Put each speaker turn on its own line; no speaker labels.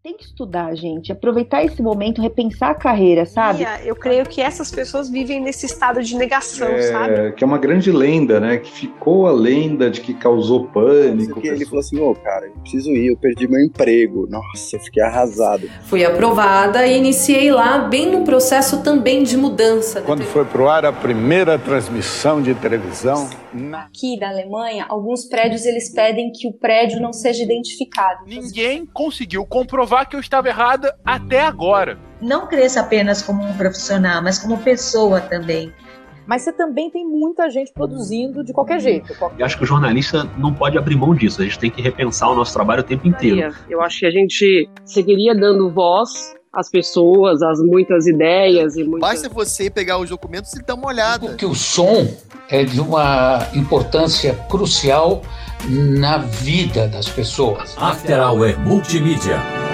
Tem que estudar, gente. Aproveitar esse momento, repensar a carreira, sabe?
Mia, é, Eu creio que essas pessoas vivem nesse estado de negação, sabe?
É, que é uma grande lenda, né? Que ficou a lenda de que causou pânico.
Porque ele
pessoas-
falou assim, ô cara, eu preciso ir, eu perdi meu emprego. Nossa, eu fiquei arrasado.
Fui aprovada e iniciei lá bem no processo também de mudança.
Quando foi pro ar a primeira transmissão de televisão, na-
Aqui da Alemanha, alguns prédios eles pedem que o prédio não seja identificado.
Ninguém conseguiu comprovar que eu estava errada até agora.
Não cresça apenas como um profissional, mas como pessoa também.
Mas você também tem muita gente produzindo de qualquer jeito.
Eu acho que o jornalista não pode abrir mão disso. A gente tem que repensar o nosso trabalho o tempo inteiro.
Eu acho que a gente seguiria dando voz às pessoas, às muitas ideias e muitas...
Basta você pegar os documentos e dar uma olhada.
que o som é de uma importância crucial na vida das pessoas. né?
After Hour Multimídia.